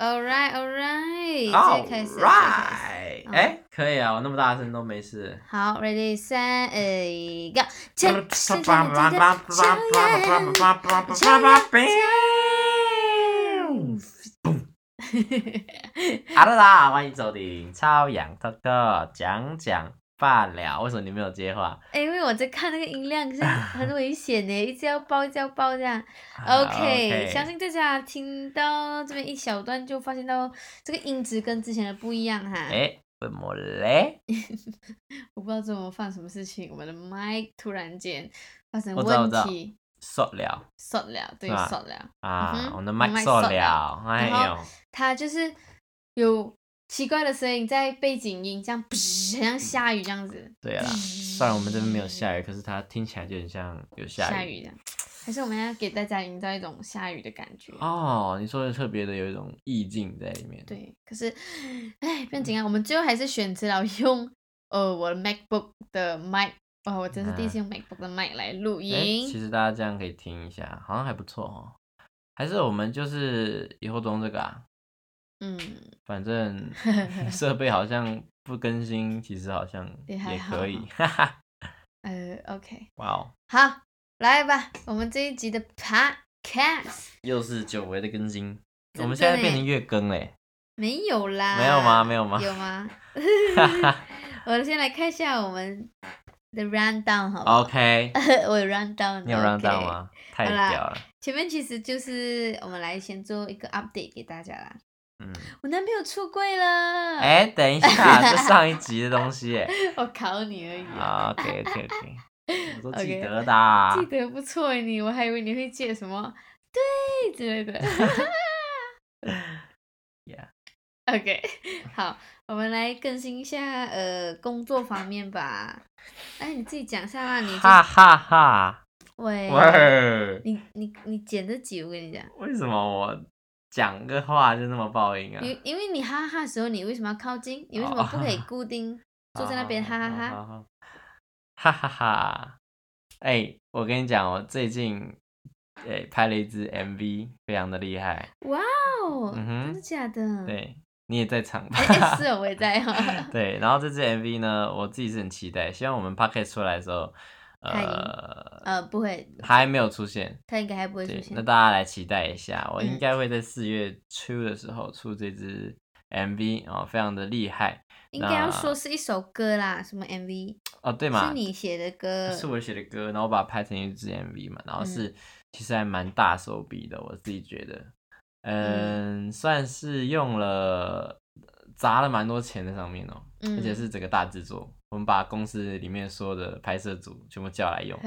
All right, all right， All 最开始，最开始。 right，嗯哎，可以啊，我那么大声都没事。好，ready，三，二，go。巴牵巴手巴唱巴着巴歌逍巴遥巴巴巴巴哈喽大家好，欢迎收听超阳 talk 讲讲罢了。为什么你没有接话哎因为我在看那个音量，可是很危险呢，一直要爆，一直要爆这样。啊 OK，相信大家听到这边一小段，就发现到这个音质跟之前的不一样哈。哎，怎么嘞？我不知道怎么发生什么事情，我们的麦突然间发生我知道问我知道题，受了缩了，对，是吧缩了。嗯啊，哼我的我麦麦受受了了，哎然呦，它就是有奇怪的声音在背景音，这样，很嗯像下雨这样子，对啦，虽然我们这边没有下雨，可是它听起来就很像有下下雨。雨这样。还是我们要给大家营造一种下雨的感觉。哦，你说的特别的有一种意境在里面。对，可是，哎，不要嗯紧啊，我们最后还是选择了 用呃我的 MacBook 的麦，哇，我真是第一次用 MacBook 的麦来录啊诶音。其实大家这样可以听一下，好像还不错哦。还是我们就是以后都用这个啊，嗯。反正设备好像不更新，其实好像也也还好可以哈。哈哈，呃，OK，哇哦，好，来吧，我们这一集的 Podcast 又是久违的更新，我们真现的在变呢成月更嘞。没有啦，没有吗没有吗有 吗？ 哈哈我先来看一下我们的 rundown 好不好 OK， 我有 rundown，你有 OK round down？吗？太好啦屌了，前面其实就是我们来先做一个 update 给大家啦。 嗯，我男朋友出柜了，哎，等一下， 这上一集的东西耶。我考你而已啊。啊，OK OK OK，我都 记 OK 得的啊。记得不错耶你，我还以为你会借什么对之类的。 Yeah OK，好， 我们来更新一下呃工作方面吧。哎，你自己讲一下啦，你就哈哈哈，喂，喂。你你你剪这集，我跟你讲，为什么我讲个话就那么爆音啊？因因为你哈哈哈的时候，你为什么要靠近？你为什么不可以哦固定坐在那边哈哈哈？哈，啊哈哈哈！哎、我跟你讲，我最近哎、拍了一支 MV，非常的厉害。哇哦，嗯哼真的假的？，对，你也在场吧？哎哎是哦，我也在哈、 对，然后这支 MV 呢，我自己是很期待，希望我们 p o c k e t 出来的时候，它已经呃，呃，不会，还没有出现。他应该还不会出对，现那。大家来期待一下，我嗯应该会在四月初的时候出这支 MV 哦，非常的厉害应该要那说是一首歌啦，什么 MV 哦，对嘛？是你写的歌，嗯是我写的歌，然后我把它拍成一支 MV 嘛，然后是、其实还蛮大手笔的，我自己觉得，嗯，算是用了砸了蛮多钱在上面哦、嗯，而且是整个大制作，我们把公司里面所有的拍摄组全部叫来用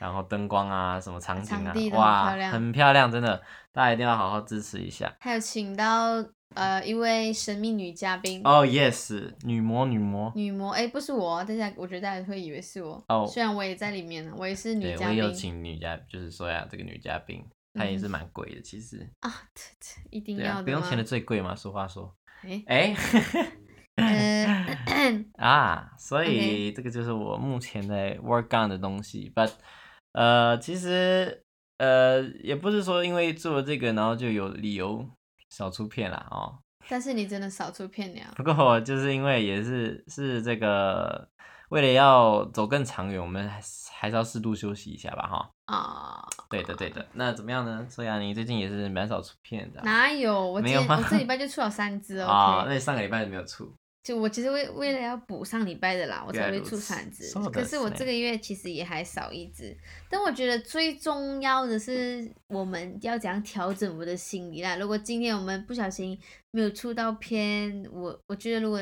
然后灯光啊，什么场景嗯啊场地，都很漂哇，亮很漂亮，真的，大家一定要好好支持一下。 还有请到呃一位神秘女嘉宾。哦、y e s 女魔女魔，女模哎，不是我，大家我觉得大家会以为是我。哦虽然我也在里面，我也是女对嘉我也有宾请女嘉，就是说呀，这个女嘉宾她也是蛮贵的，其实。啊，这这一定对要啊，的不用吗钱的最贵嘛，俗话 说。哎，哎、呃， 啊，所以这个就是我目前在 work on 的东西。But 呃，其实呃，也不是说因为做了这个，然后就有理由少出片啦哦。但是你真的少出片了。不过我就是因为也是是这个，为了要走更长远，我们还是还是要适度休息一下吧哈。啊、对的，对的。那怎么样呢？所以啊，你最近也是蛮少出片的啊。哪有？我今没有天吗我这礼拜就出了三 支啊、 ，OK。那你上个礼拜没有出，就我其实为为了要补上礼拜的啦，我才会出三支原来。如此可是我这个月其实也还少一支，但我觉得最重要的是我们要怎样调整我们的心理啦。如果今天我们不小心没有出到片，我我觉得如果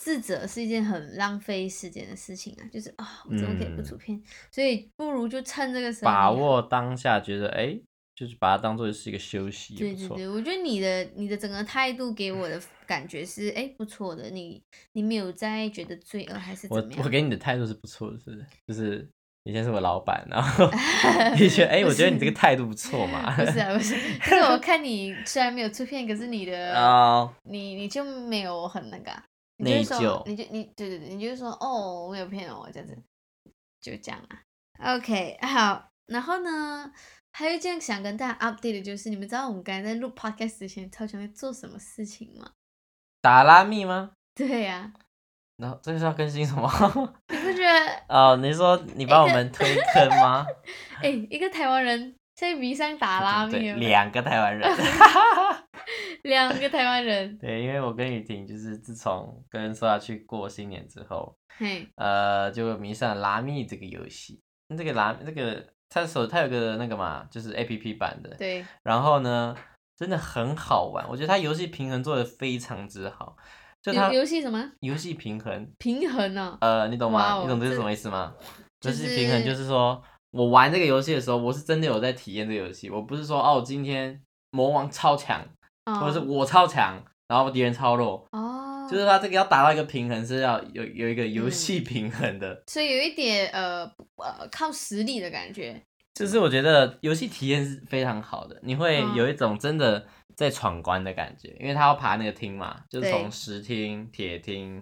自责是一件很浪费时间的事情啊，就是啊、我怎么可以不出片？所以不如就趁这个时候嗯把你握当下，觉得哎、就是把它当做是一个休息，也对不对错。对，我觉得你的你的整个态度给我的感觉是，哎，不错的，你你没有在觉得罪恶还是我怎么样？我给你的态度是不错的，是不是？就是你现在是我老板，然后你觉得哎、我觉得你这个态度不错嘛。不是啊， 不是，就是我看你虽然没有出片，可是你的、哦，你你就没有很那个啊，你就是说内疚你就你对对对，你就是说哦，我没有骗哦，这样子，就这样啊。OK，好，然后呢，还有一件想跟大家 update 的就是，你们知道我们刚才在录 podcast 之前，超强在做什么事情吗？ 打拉密吗？对呀、然后这是要更新什么？ 你不觉得？哦，你说你把我们推坑吗？ 哎，一个台湾人在迷上 打拉面，对，两个台湾人。 两个台湾人，对，因为我跟雨婷就是自从跟苏亚去过新年之后，嘿，呃，就迷上了拉密这个游戏。这个拉这个它手它有个那个嘛，就是 A P P 版的， 对，然后呢，真的很好玩。我觉得它游戏平衡做的非常之好，就它游游戏什么游戏平衡，平衡呢、呃，你懂哇吗？哦你懂这是这什么意思吗？就游是戏平衡就是说我玩这个游戏的时候，我是真的有在体验这个游戏，我不是说哦，今天魔王超强，哦，或者是我超强，然后敌人超弱，哦，嗯就是它这个要达到一个平衡，是要有有一个游戏平衡的。所以有一点呃不呃靠实力的感觉，就是我觉得游戏体验是非常好的，你会嗯有一种真的在闯关的感觉，因为它要爬那个厅嘛，就是对从石厅、铁厅，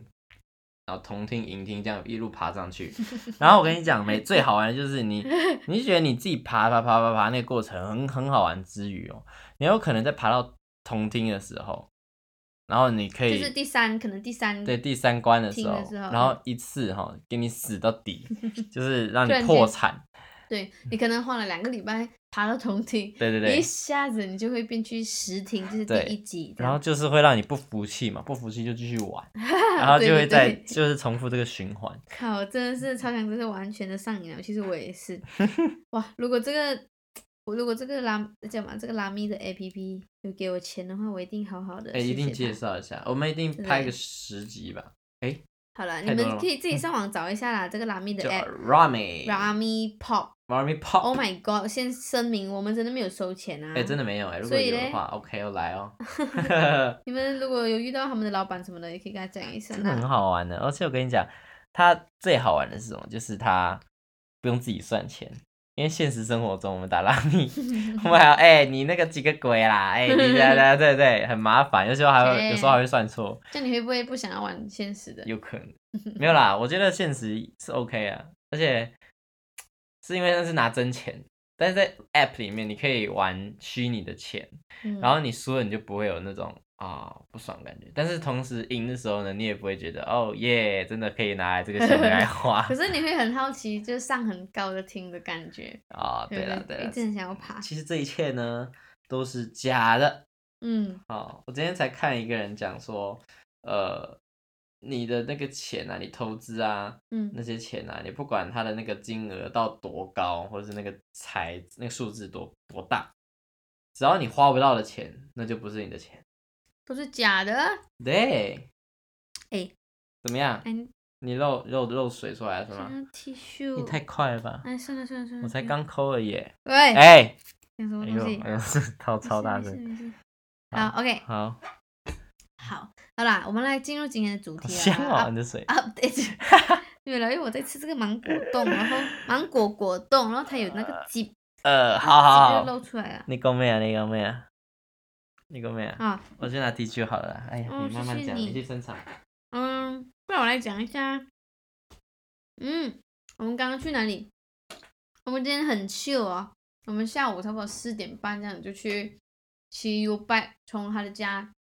然后铜厅、银厅这样一路爬上去。然后我跟你讲，没最好玩的就是你， 你就觉得你自己爬爬爬爬爬那个过程很很好玩之余哦，你有可能在爬到铜厅的时候，然后你可就以是第三可能第三对第三关的时嗯听候，的时候然后一次哈、给你死到 底，就是让突你然破间产。对你可能花了两个礼拜爬到同厅，对嗯对你一对，下子你就会变去十厅，就是第对一集这然样，后就是会让你不服气嘛，不服气就继续 玩，然后对就对会再对就是重复这个 循环。靠，真的是超强，真是完全的上瘾了。其实我也 是，哇！如果这个我如果这个拉叫嘛这个拉咪的 A P P 有给我钱的话，我一定好好的。哎，一定介。绍一下，我们一定拍对个十集吧，好了，你太多们了嗯可以自己上网找一下啦，这个拉咪的叫 App。 Rami 哎 Rami Pop。 Rami Pop。 Oh my god！先声明，我们真的没有收钱啊。哎，真的。没有哎，如所果以有的嘞话，OK，我来哦，你们如果有遇到他们的老板什么的，也可以跟他讲一声真的很啊。好玩的。而且我跟你讲，它最好玩的是什么？就是它不用自己算钱，因为现实生活中我们打拉密我们还要哎、你那个几个鬼啦，哎、你对对对对，很麻烦，有时候还会对有时候还会算错，这样你会不会不想要玩现实的？有可能没有啦。我觉得现实是 OK 啊，而且是因为那是拿真钱，但是在 App 里面你可以玩虚拟的钱，嗯然后你输了你就不会有那种啊、不爽感觉，但是同时赢的时候呢，你也不会觉得哦耶真的可以拿来这个钱来花 可是你会很好奇，就是上很高的厅的感觉。啊、对不了对一了直，很想要爬。其实这一切呢都是假的。嗯，哦，我今天才看一个人讲说，呃，你的那个钱啊，你投资啊，嗯那些钱啊，你不管它的那个金额到多高，或者是那个财那个数字多多大，只要你花不到的钱，那就不是你的钱。不是假的。对，哎怎么样？哎，你你漏漏漏水出来了是想吗？要 T 恤？你太快了吧！哎，算了算了算了，我才不要。刚抠而已。喂，哎，讲什么哎东西呦，？哎呦，超超大没事声。。啊没事没事好，OK，好，好，好啦，我们来进入今天的主好题香哦，啊你 的水。 ！Update，对 了，因为我在吃这个芒果冻，然后芒果果冻，然后它有那个挤，呃，好好好挤就。露出来了。你讲咩啊？你讲咩啊？你讲咩啊？啊，我去拿 T 恤好了啦。哎呀，哦你慢慢谢谢讲，你你去生产。嗯，不然我来讲一下。嗯，我们刚刚去哪里？我们今天很 chill 啊、我们下午差不多四点半这样就去骑 U bike，从他的家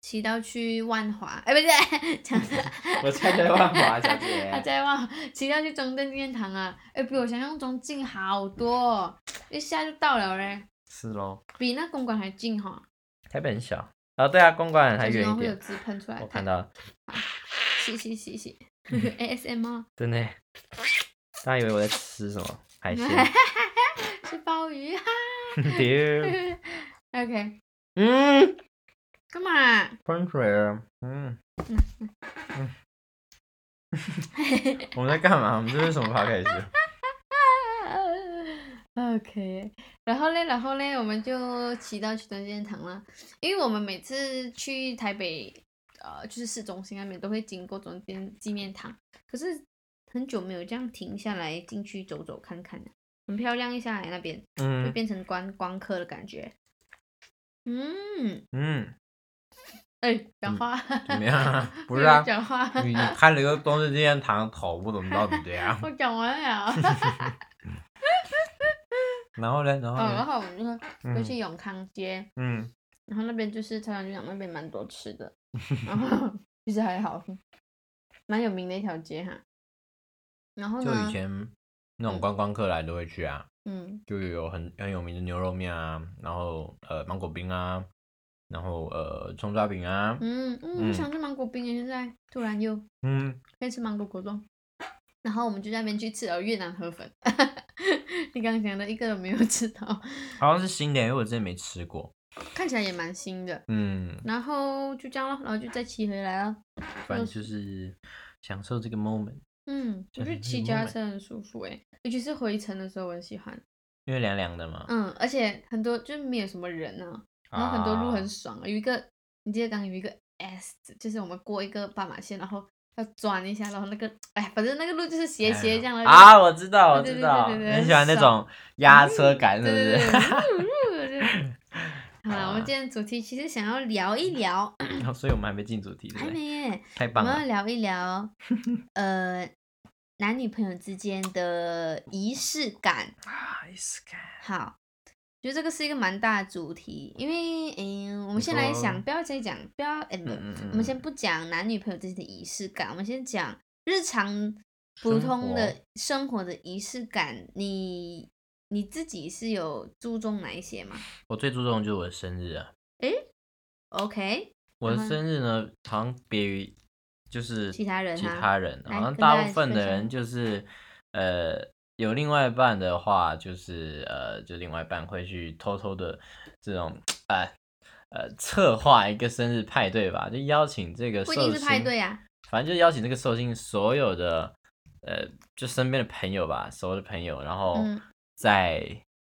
骑到去万华，哎，不是， 讲 我家在万 华小姐他在万华，骑到去中正纪念堂啊，哎，比我想象中近好多哦、一下就到了嘞，是咯，比那公馆还近哈、台北很小。啊，对啊，公馆还为什远么一会有点。汁喷出来，我看到嗯了，洗洗洗洗，ASMR。真的。大家以为我在吃什么海鲜？ 是鲍鱼。啊丢。 OK，嗯，干嘛？啊喷水了。嗯。嗯我们在干嘛？我们这是什么 p 开 始？ OK，然后嘞，然后嘞，我们就骑到去中间堂了，因为我们每次去台北，呃，就是市中心那边都会经过中间纪念堂，可是很久没有这样停下来进去走走看看了，很漂亮一下来那边就嗯变成观光客的感觉。嗯，嗯，哎，讲话，怎 么样？不是没嗯啊有，讲话，你你看了一个东西纪 念堂头部，怎么到底这样？我讲完了。然后呢，嗯然后哦，然呢，后我们就会会去永康街，嗯，然后那边就是朝阳剧场那边蛮多吃的，然 后其实还好，蛮有名的一条街哈。然后嗯就以呢，前那种观光客来都会去啊，嗯，就有很很有名的牛肉面啊，然后呃芒果冰啊，然后呃葱抓饼啊，嗯嗯，嗯我想吃芒果冰耶，现在突然又嗯，可以吃芒果果冻。然后我们就在那边去吃了越南河粉， 你刚刚讲的一个都没有吃到，好像是新的，因为我之前没吃过。看起来也蛮新的。嗯，然后就这样了，然后就再骑回来了。反正就是享受这个 moment，嗯，我觉得骑脚踏车很舒服诶，尤其是回程的时候我很喜欢。因为凉凉的嘛，嗯，而且很多就是没有什么人啊，然后很多路啊很爽啊。有一个，你记得刚刚有一个 S，字就是我们过一个斑马线，然后要转一下，然后那个，哎，反正那个路就是斜斜这样的。啊，我知道，我对知对道，对对对很喜欢那爽种压车感，对是不 对是？对对对。好了，我们啊今天的主题其实想要聊一聊，然后所以我们还没进主题，对还不对？没耶，太我棒们要了，聊一聊，呃，男女朋友之间的仪式感。啊，仪式感。好，觉得这个是一个蛮大的主题，因为嗯，我们先来说想，不要再讲，不要，嗯嗯嗯嗯，我们先不讲男女朋友之间的仪式感，我们先讲日常普生通的活生活的仪式感。你你自己是有注重哪一些吗我最注重的就是我的生日啊， ？OK，我的然后生日呢，好像别于就是嗯其他人其啊他人，来好像跟大大部家分的分享人就是呃有另外一半的话，就是呃就另外一半会去偷偷的这种呃呃策划一个生日派对吧，就邀请这个不寿一星，定是派对啊，反正就邀请这个寿星所有的呃就身边的朋友吧，所有的朋友，然后嗯再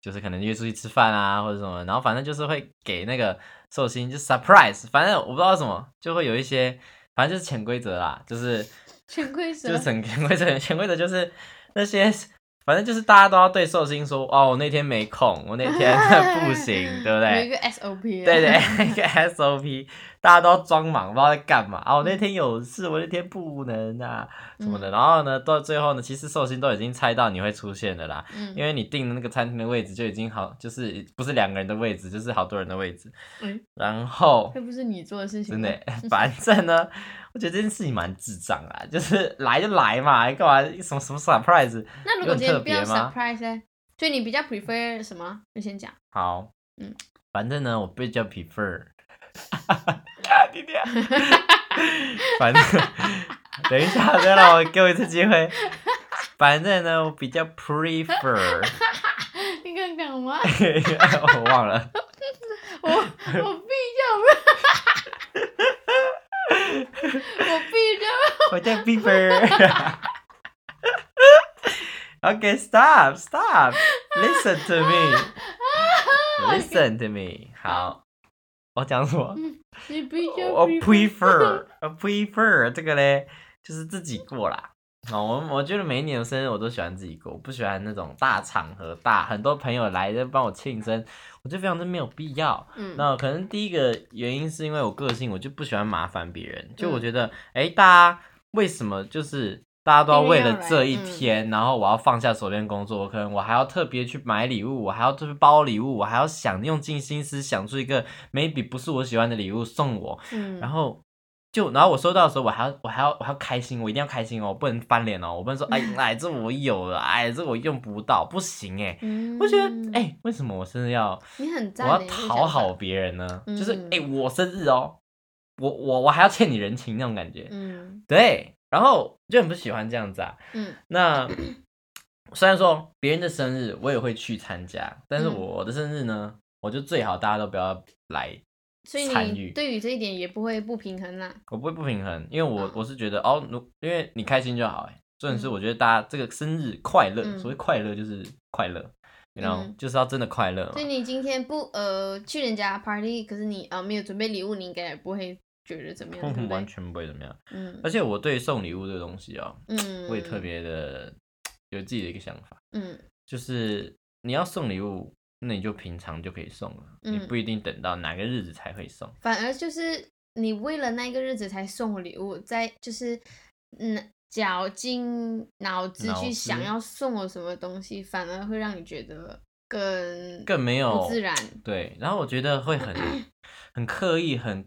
就是可能约出去吃饭啊或者什么，然后反正就是会给那个寿星就 surprise，反正我不知道为什么就会有一些，反正就是潜规则啦，就是潜规 就则是。整个潜规则，潜规则就是那些。反正就是大家都要对寿星说，哦，我那天没空，我那天 不行，对不对？有一个 SOP，啊 对对，一个 SOP，大 家都装忙，不知道在干嘛啊！我那天有事，我那天不能啊，什嗯么的。然后呢，到最后呢，其实寿星都已经猜到你会出现的啦，嗯，因为你订的那个餐厅的位置就已经好，就是不是两个人的位置，就是好多人的位置。嗯然后这不是你做的事情，真的，欸，反正呢，我觉得这件事情蛮智障啊，就是来就来嘛，干嘛什么什么 surprise？那如果今天不要有很特 surprise 呢？所以你比较 prefer 什么？你先讲。 好，嗯，反正呢，我比较 prefer，弟弟啊，反正等一下，再让我给我一次机会。反正呢，我比较 prefer， 你刚讲吗？我忘了， 我我必要，我 必要。我叫 prefer。Okay, stop, stop. Listen to me. Listen to me. 好，我讲什么？你必须我 prefer，我 prefer 这个嘞，就是自己过啦。哦，我我觉得每一年的生日我都喜欢自己过，我不喜欢那种大场合大很多朋友来在帮我庆生，我就非常的没有必要。嗯那可能第一个原因是因为我个性，我就不喜欢麻烦别人，就我嗯觉得，哎、大家为什么就是大家都要别为人要了这来一嗯天，然后我要放下手边工作，我可能我还要特别去买礼物，我还要特别包礼物，我还要想用尽心思想出一个 maybe 不是我喜欢的礼物送我，嗯，然后就然后我收到的时候，我还要我还要我还要开心，我一定要开心哦，我不能翻脸哦，我不能说哎 哎这我有了，哎这我用不到，不行哎，嗯我觉得哎、为什么我生日要你很我赞要欸，这个讨想好法。别人呢？就是嗯哎、我生日哦，我我我还要欠你人情那种感觉，嗯对，然后就很不喜欢这样子啊。嗯 那虽然说别人的生日我也会去参加，但是嗯我的生日呢，我就最好大家都不要来所以参你与对于这一点也不会不平衡啦。我不会不平衡，因为我、嗯我是觉得哦，如因为你开心就好哎。重点是嗯我觉得大家这个生日快乐，嗯所谓快乐就是快乐，然后嗯就是要真的快乐嘛所以。你今天不呃去人家 party，可是你呃没有准备礼物，你应该也不会觉得怎么样，对不完对？全不会怎么样，嗯而且我对送礼物这个东西啊、嗯，我也特别的有自己的一个想法，嗯就是你要送礼物，那你就平常就可以送了，嗯你不一定等到哪个日子才会送。反而就是你为了那个日子才送礼物，在就是嗯绞尽脑汁脑去汁想要送我什么东西，反而会让你觉得更更哦没有不自然。对，然后我觉得 会很很刻意，很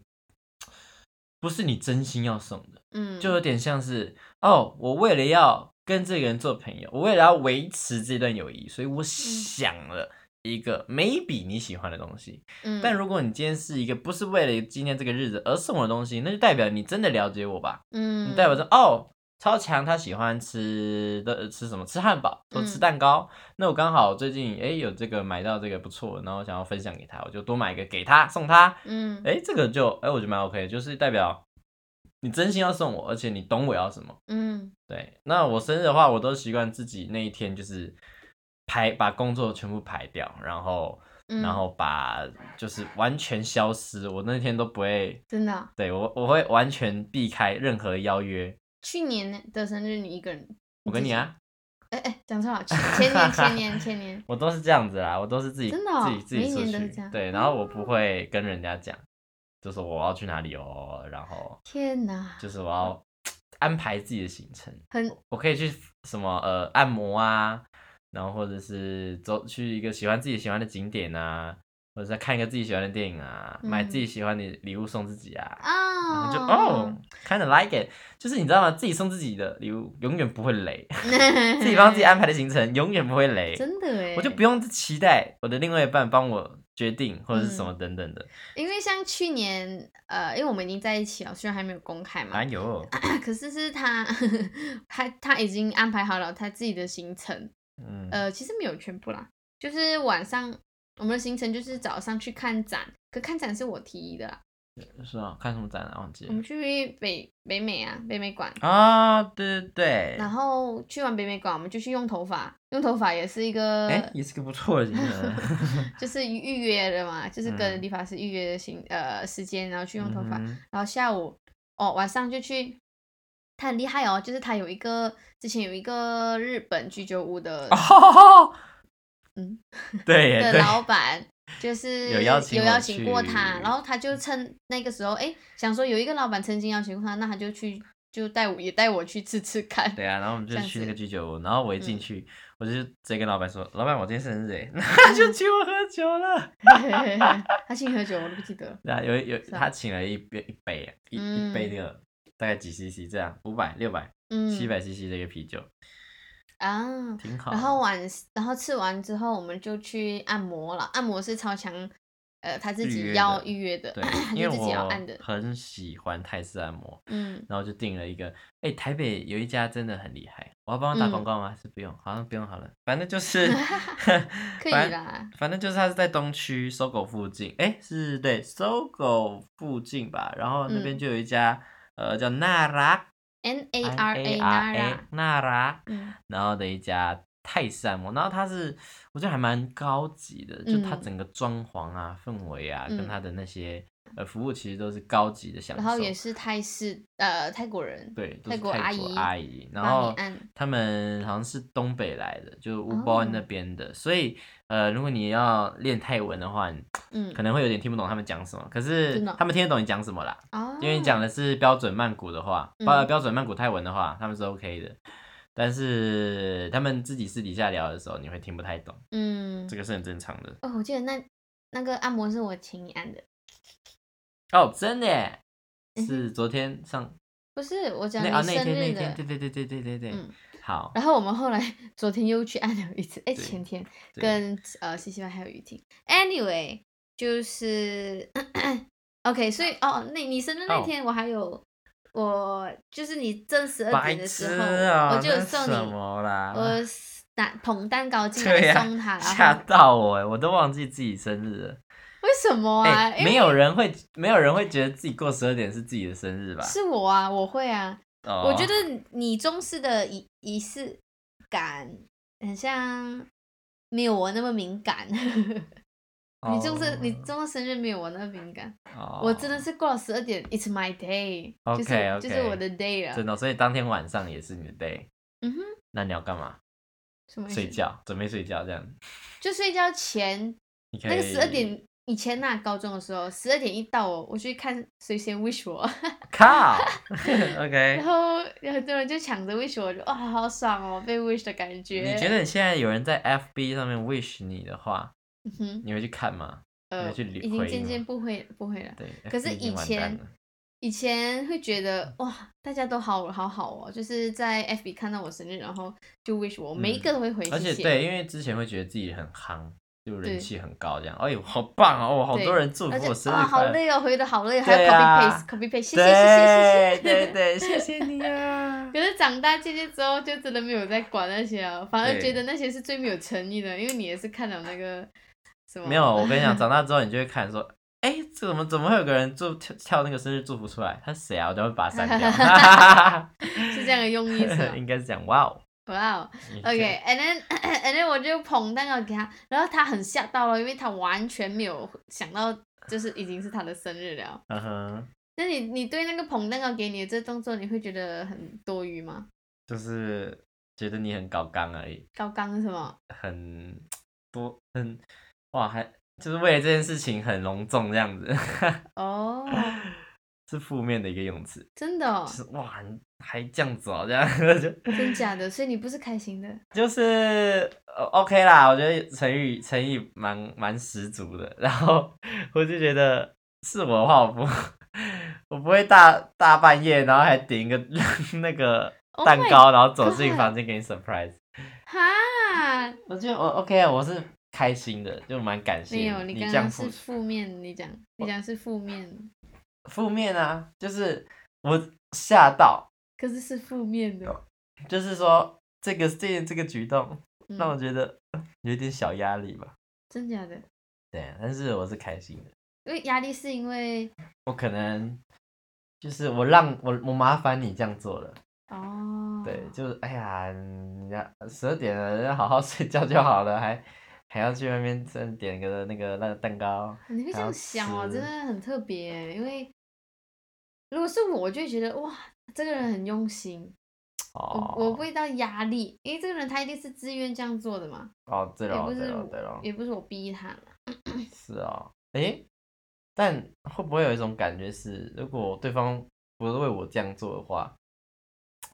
不是你真心要送的，嗯，就有点像是哦，我为了要跟这个人做朋友，我为了要维持这段友谊，所以我嗯想了一个 maybe 你喜欢的东西。嗯，但如果你今天是一个不是为了纪念这个日子而送我的东西，那就代表你真的了解我吧？嗯，你代表说哦，超强他喜欢吃的呃吃什么？吃汉堡或嗯吃蛋糕。那我刚好最近哎有这个买到这个不错，然后想要分享给他，我就多买一个给他送他。嗯，哎，这个就哎我觉得蛮 OK，的就是代表你真心要送我，而且你懂我要什么。嗯对，那我生日的话，我都习惯自己那一天就是排把工作全部排掉，然后嗯，然后把就是完全消失，我那天都不会。真的啊、对我，我会完全避开任何邀约。去年的生日你一个人，我跟你自己，啊，哎哎，讲错了，前前年前年前 年，我都是这样子啦，我都是自己真的哦自己自己每一出年都是去这样，对，然后我不会跟人家讲，就是我要去哪里哦，然后天哪，就是我要安排自己的行程，很我可以去什么呃按摩啊，然后或者是走去一个喜欢自己喜欢的景点啊，或者是看一个自己喜欢的电影啊，嗯买自己喜欢的礼物送自己啊。然啊，后就哦、k i n d of like it，就是你知道吗？自己送自己的礼物永远不 会雷，自己帮自己安排的行程永远不会雷，真的哎，我就不用期待我的另外一半帮我决定或者是嗯什么等等的。因为像去年，呃，因为我们已经在一起了，虽然还没有公开嘛哎，呦， 可是是他，他他已经安排好了他自己的行程，嗯，呃，其实没有全部啦，就是晚上我们的行程就是早上去看展，可看展是我提议的啦，是啊，看什么展览忘记我了们去北北美啊，北美馆，啊？对对对，然后去完北美馆，我们就去用头发，用头发也是一个，哎，也是个不错的行 程。啊就是预约的嘛，就是跟嗯理发师预约的行、呃时间，然后去用头发，嗯然后下午哦晚上就去，他很厉害哦，就是他有一个之前有一个日本居酒屋的、哦，嗯 对耶的对，老板。 就是有邀请有我邀请过去他，然后他就趁那个时候，哎，想说有一个老板曾经邀请过他，那他就去就带我也带我去吃吃看。对啊，然后我们就这样去子那个居酒屋，然后我一进嗯去，我就直接跟老板说：“老板，我今天生 日哎，他就请我喝酒了。 他请你喝酒，我都不记得了”。那有有啊他请了一杯一杯啊一一杯嗯那个大概几 CC 这样，五百六百嗯，七百 CC 的一个啤酒，啊，挺好。然后晚，然后吃完之后，我们就去按摩了。按摩是超强，呃，他自预约己的要预约的， 对他，因为就自己要按我的。很喜欢泰式按摩，嗯，，然后就订了一个。哎、台北有一家真的很厉害，我要帮他打广告吗？还是不用？好像不用好了，反正就是可以反啦。反正就是它是在东区搜狗附近，哎、是对搜狗附近吧。然后那边嗯就有一家、呃叫纳拉 N A R A Nara Nara，纳拉，嗯然后的一家泰式按摩，然后它是我觉得还蛮高级的，就它嗯整个装潢啊、氛围啊，跟嗯它的那些呃服务其实都是高级的享受。然后也是泰式，呃，泰国人，对，都泰是国阿泰姨国阿姨，然帮你后按哦他们好像是东北来的，就是乌波恩那边的，所以呃，如果你要练泰文的话，你嗯可，能会有点听不懂他们讲什么，可是真的哦他们听得懂你讲什么啦。哦，因为你讲的是标准曼谷的话，嗯标、标准曼谷泰文的话，他们是 OK 的，但是他们自己私底下聊的时候，你会听不太懂，嗯这，个是很正常的。哦，我记得那那个按摩是我请你按的，哦，真的耶，嗯哼是昨天上不是我讲那你啊那生天那日天，对的。对对对对对对，嗯好，然后我们后来昨天又去按了一次，哎，对前天。对跟呃西西班还有雨婷。Anyway，就是 OK，所以哦，那你生日那哦天我还有，我就是你正十二白点的时痴候，啊、我就有那送什你，么啦，我拿捧蛋糕进对来呀送他，吓、然后到我耶，我都忘记自己生日了。为什么啊？哎、因为没有人会，没有人会觉得自己过十二点是自己的生日吧？是我啊，我会啊，哦，我觉得你重视的仪仪式感很像。没有我那么敏感， 你哦重视你重视生日没有我那么敏感。哦我真的是过了十二点，It's my day，就是 OK，OK 就是我的 day 真了。的哦，所以当天晚上也是你的 day。嗯哼，那你要干嘛？什么意思睡？觉，准备睡觉这样。就睡觉前你可以那个十二点以前呐、高中的时候，十二点一到哦，我去看谁先 wish 我， 靠然，OK。后有很多人就抢着 wish 我，就哇好爽哦，被 wish 的感觉。你觉得你现在有人在 FB 上面 wish 你的话，嗯哼，你会去看吗？呃，你去理已经回渐吗渐不会不会了。对，可是 FB 已以经完蛋前了以前会觉得哇，大家都好好好哦，就是在 FB 看到我生日，然后就 wish 我，每一个都会回谢谢。嗯而且对，因为之前会觉得自己很夯，就人对气很高这样。哎呦，好棒哦！哦好对多人祝而福且我生啊，日好快乐。累哦，回的好累，还要对 copy 啊 paste copy paste，谢谢谢谢谢对谢。对对，谢谢你啊！ 可是长大渐渐之后，就真的没有再管那些了，反而对觉得那些是最没有诚意的，因为你也是看了那个什么没有，我跟你讲，长大之后你就会看说，哎、这怎么怎么会有个人祝跳跳那个生日祝福出来？他是谁啊？我就会把他删掉。是这样的用意啊是 ？吗应该是讲哇哦。哇、哦 OK，and then and then 我就捧蛋糕给他，然后他很吓到了，因为他完全没有想到，就是已经是他的生日了。嗯哼，那你你对那个捧蛋糕给你的这动作，你会觉得很多余吗？就是觉得你很高刚而已，高刚是吗？很多很哇，还就是为了这件事情很隆重这样子， 哦、是负面的一个用词，真的、哦就，是哇，你还这样子哦，这样 就真假的，所以你不是开心的。就是呃 OK 啦，我觉得成语成语蛮蛮十足的。然后我就觉得是我的话，我不我不会大大半夜，然后还点一个 那个 Oh 蛋 my 糕然后走进 God 房间给你 surprise。哈，我觉得我 OK 啊，我是开心的，就蛮感谢没有，你刚这样刚付是出负面，你讲，你讲是负面，负面啊，就是我吓到，可是是负面哦的。就是说这个这这个举动嗯让我觉得呃有点小压力吧。真假的，对啊，但是我是开心的。因为压力是因为我可能就是我让我我麻烦你这样做了，哦，对，就是哎呀，人家十二点了，要好 好睡觉就好了，还还要去外面再点个那个那个蛋糕，你会这样想哦，真的很特别，欸因为如果是我，我就会觉得哇，这个人很用心，哦，我我不会到压力，因为这个人他一定是自愿这样做的嘛，哦，对也了不对是了对了，也不是我逼他的，是哦，诶，但会不会有一种感觉是，如果对方不是为我这样做的话，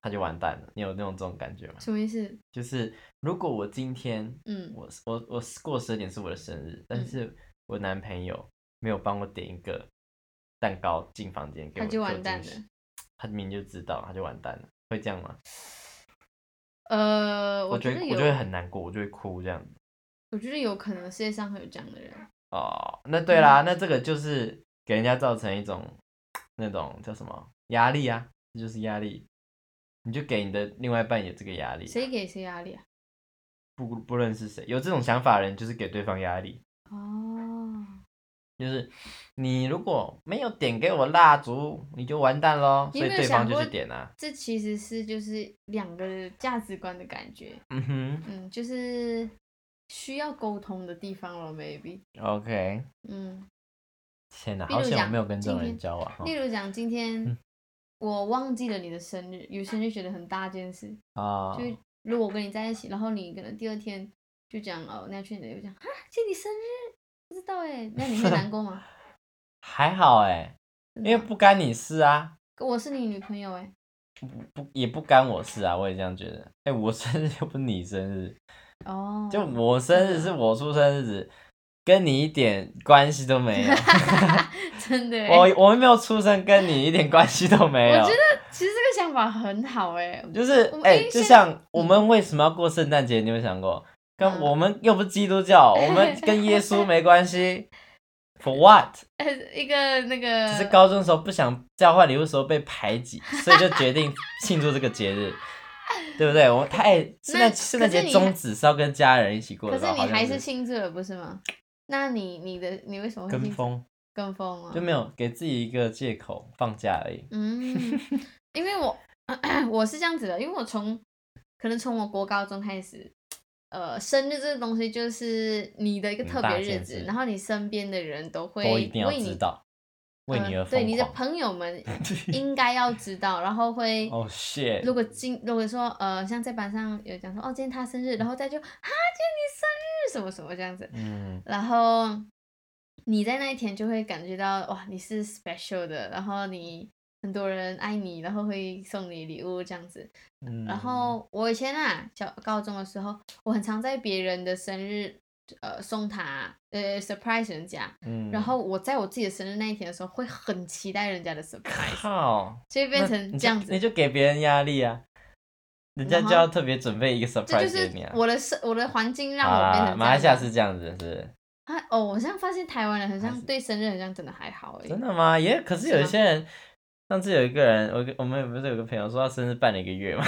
他就完蛋了？你有那种这种感觉吗？什么意思？就是如果我今天嗯，我是我我是过十二点是我的生日，但嗯是我男朋友没有帮我点一个蛋糕进房间他给我，就给我完蛋惊喜了。他明明就知道，他就完蛋了，会这样吗？呃，我觉觉得得有，我就会很难过，我就会哭这样子。我觉得有可能世界上会有这样的人，哦，那对嗯啦，那这个就是给人家造成一种那种叫什么压力啊，这就是压力。你就给你的另外一半也这个压力，谁给谁压力啊？不不论是谁，有这种想法的人就是给对方压力。哦，就是你如果没有点给我蜡烛，你就完蛋喽。你所有以没有对方就想去过点啊。这其实是就是两个价值观的感觉，嗯哼嗯，就是需要沟通的地方了，maybe， ，OK。嗯，天哪，比如好险我讲没有跟这种今人天交往例哦。如讲今天嗯我忘记了你的生日，有些人就觉得很大件事，啊就，如果我跟你在一起，然后你可能第二天就讲哦，那去你的，就讲啊，今天你生日，不知道哎，那你会难过吗？还好哎，真的因为吗不干你事啊，我是你女朋友哎，不也不干我事啊，我也这样觉得。哎，我生日又 不是你生日，哦，啊就我生日是我出生日子，跟你一点关系都没 有。 真的欸， 我我们没有出生，跟你一点关系都没我有觉。得其实这个想法很好哎，就是我们哎、因为就现像我们为什么要过圣诞节？你有没有想过？嗯跟我们又不是基督教，我们跟耶稣没关系。For what？呃，一个那个只是高中的时候不想交换礼物的时候被排挤，所以就决定庆祝这个节日，对不对？我们太哎圣可诞是圣诞节你宗旨是要跟家人一起过可的吧，是你好像还是庆祝了，不是吗？那你你的你为什么会跟庆祝风，跟风啊就？没有给自己一个借口放假而已。嗯，因为我我是这样子的，因为我从可能从我国高中开始，呃，生日这个东西就是你的一个很特大别件日子事，然后你身边的人都会都一定要为知你道，为你呃而对疯你的狂。朋友 们应该要知道，然后会哦 shit！如果今如果说呃，像在班上有讲说哦，今天他生日，然后再就啊，今天你生日什么什么这样子，嗯，然后你在那一天就会感觉到哇，你是 special 的，然后你很多人爱你，然后会送你礼物这样子。嗯然后我以前啊，小高中的时候，我很常在别人的生日，呃，送他，呃，surprise 人家。嗯然后我在我自己的生日那一天的时候，会很期待人家的 surprise，靠，所以变那成你这样就子你。就给别人压力啊，人家然后就要特别准备一个这就 surprise 给是你啊。我的社我的环境让好我变啦，成马来西亚这样是这样子，是不是啊哦，我现在发现台湾人很还像是对生日很像真的还好哎、真的吗？也可是是有一吗些人，上次有一个人，我跟我们不是有个朋友说他生日办了一个月嘛，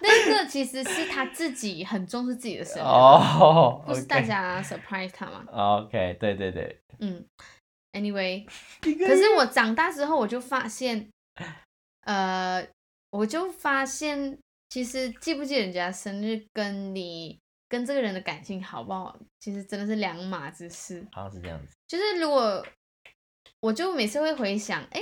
那个其实是他自己很重视自己的生日，哦，啊不是大家 surprise 他嘛。 OK，对对对，嗯，anyway，可可是我长大之后我就发现，呃，我就发现其实记不记人家生日跟你跟这个人的感情好不好，其实真的是两码子事。好像是这样子，就是如果我就每次会回想，哎，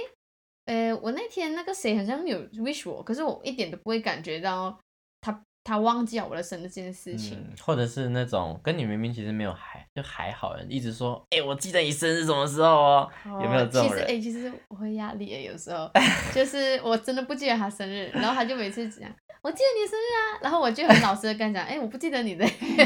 呃，我那天那个谁好像没有 wish 我，可是我一点都不会感觉到他他忘记了我的生日这件事情。嗯，或者是那种跟你明明其实没有还就还好人，一直说，哎、我记得你生日什么时候哦，有没有哦这种其实人哎、诶其实我会压力哎，有时候就是我真的不记得他生日，然后他就每次讲我记得你生日啊，然后我就很老实的跟他讲，哎、我不记得你的， 因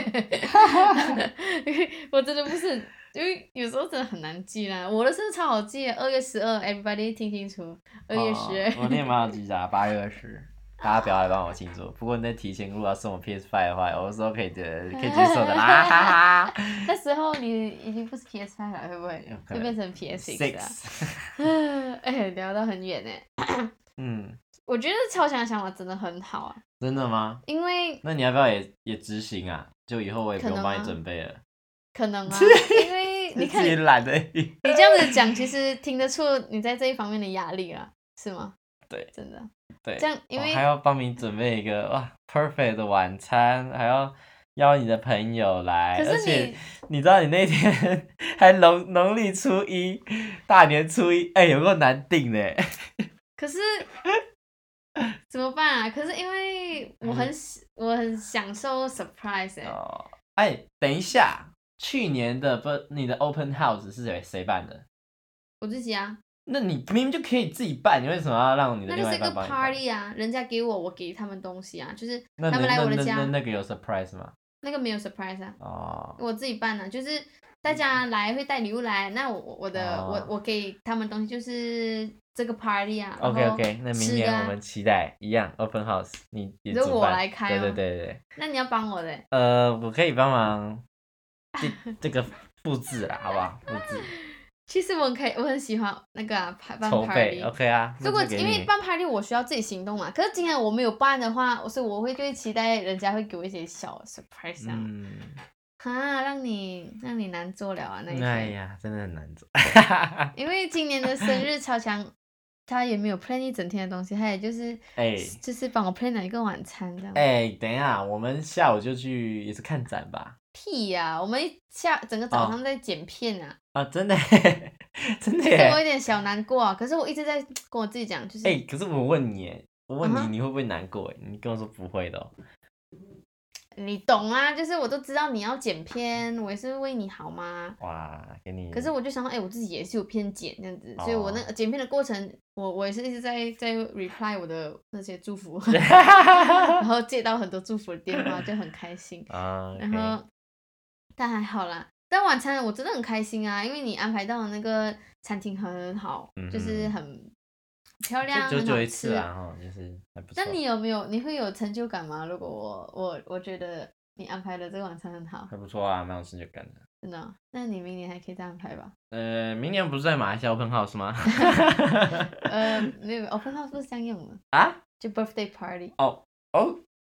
为我真的不是，因为有时候真的很难记啦。我的生日超好记的，二月十二，everybody 听清楚，二月十二。哦我那天蛮好记的啊，八月二十。大家不要来帮我庆祝，不过你在提前如果要送我 PS Five 的话，我说可以的，可以接受的啦，哈哈 哈。那时候你已经不是 PS 5了，会不会有可就能变成 PS Six 了？ Six，哎、聊到很远呢。嗯，我觉得超想想法真的很好啊，真的吗？因为那你要不要也也执行啊？就以后我也不可用能帮啊你准备了，可能 啊，因为你自看 己你懒得。这样子讲，其实听得出你在这一方面的压力啊，是吗？对，真的。对这样因我为还要帮你准备一个哇 perfect 的晚餐，还要邀你的朋友来，可而是且你你知道你那天 还农农历初一，大年初一，哎、有够难定的，欸可 是怎么办啊？可是因为我很喜我很享受 surprise 哎、嗯哦，哎，等一下，去年的不，你的 open house 是谁谁办的？我自己啊，那你明明就可以自己办，你为什么要让你那的另就外是一一个半帮你办？ party 啊，人家给我，我给他们东西啊，就是那他们你来我的那那家那那个有 surprise 吗？那个没有 surprise 啊。哦，我自己办的、就是大家来会带礼物来，那我我的、嗯哦我我给他们东西就是这个 party 啊。然后 OK OK，那明吃年的啊我们期待一样 open house，你你你说主我办来开对对吗对对对，那你要帮我的，呃，我可以帮忙这这个布置啦，好不好？布 置其实我很开，我很喜欢那个、啊、办办筹 party 备。OK 啊，那如果就给因为你办 party 我需要自己行动嘛，可是今天我没有办的话，所以我会就会期待人家会给我一些小 surprise 这样，嗯，哈，让你让你难做了啊那一天。哎呀，真的很难做。 因为今年的生日超强，他也没有 plan 一整天的东西，他也就是哎就是帮我 plan 了一个晚餐这样。哎，等一下，我们下午就去也是看展吧？屁呀、我们一下整个早哦上在剪片 啊，啊，真的真的所以我耶。有点小难过啊。可是我一直在跟我自己讲，就是、哎，可是我问你耶，我问嗯你，哼你会不会难过耶？你跟我说不会的哦。你懂啊，就是我都知道你要剪片，我也是为你好嘛。哇，给你。可是我就想到，哎、我自己也是有偏剪这样子，嗯哦所以我那剪片的过程，我我也是一直在在 reply 我的那些祝 福，然后接到很多祝福的电话，就很开 心。 啊，OK，然后，但还好啦。但晚餐我真的很开心啊，因为你安排到的那个餐厅很好，就是嗯很漂亮，就就很就好一次吃。啊，哈，就是还不错那。你有没有你会有成就感吗？如果我我我觉得你安排的这个晚餐很好，还不错啊，蛮有成就感的。真的哦，那你明年还可以再安排吧。呃，明年不是在马来西亚 open house 吗？呃， 没有，open house 不是这样用的，啊？就 birthday party。哦，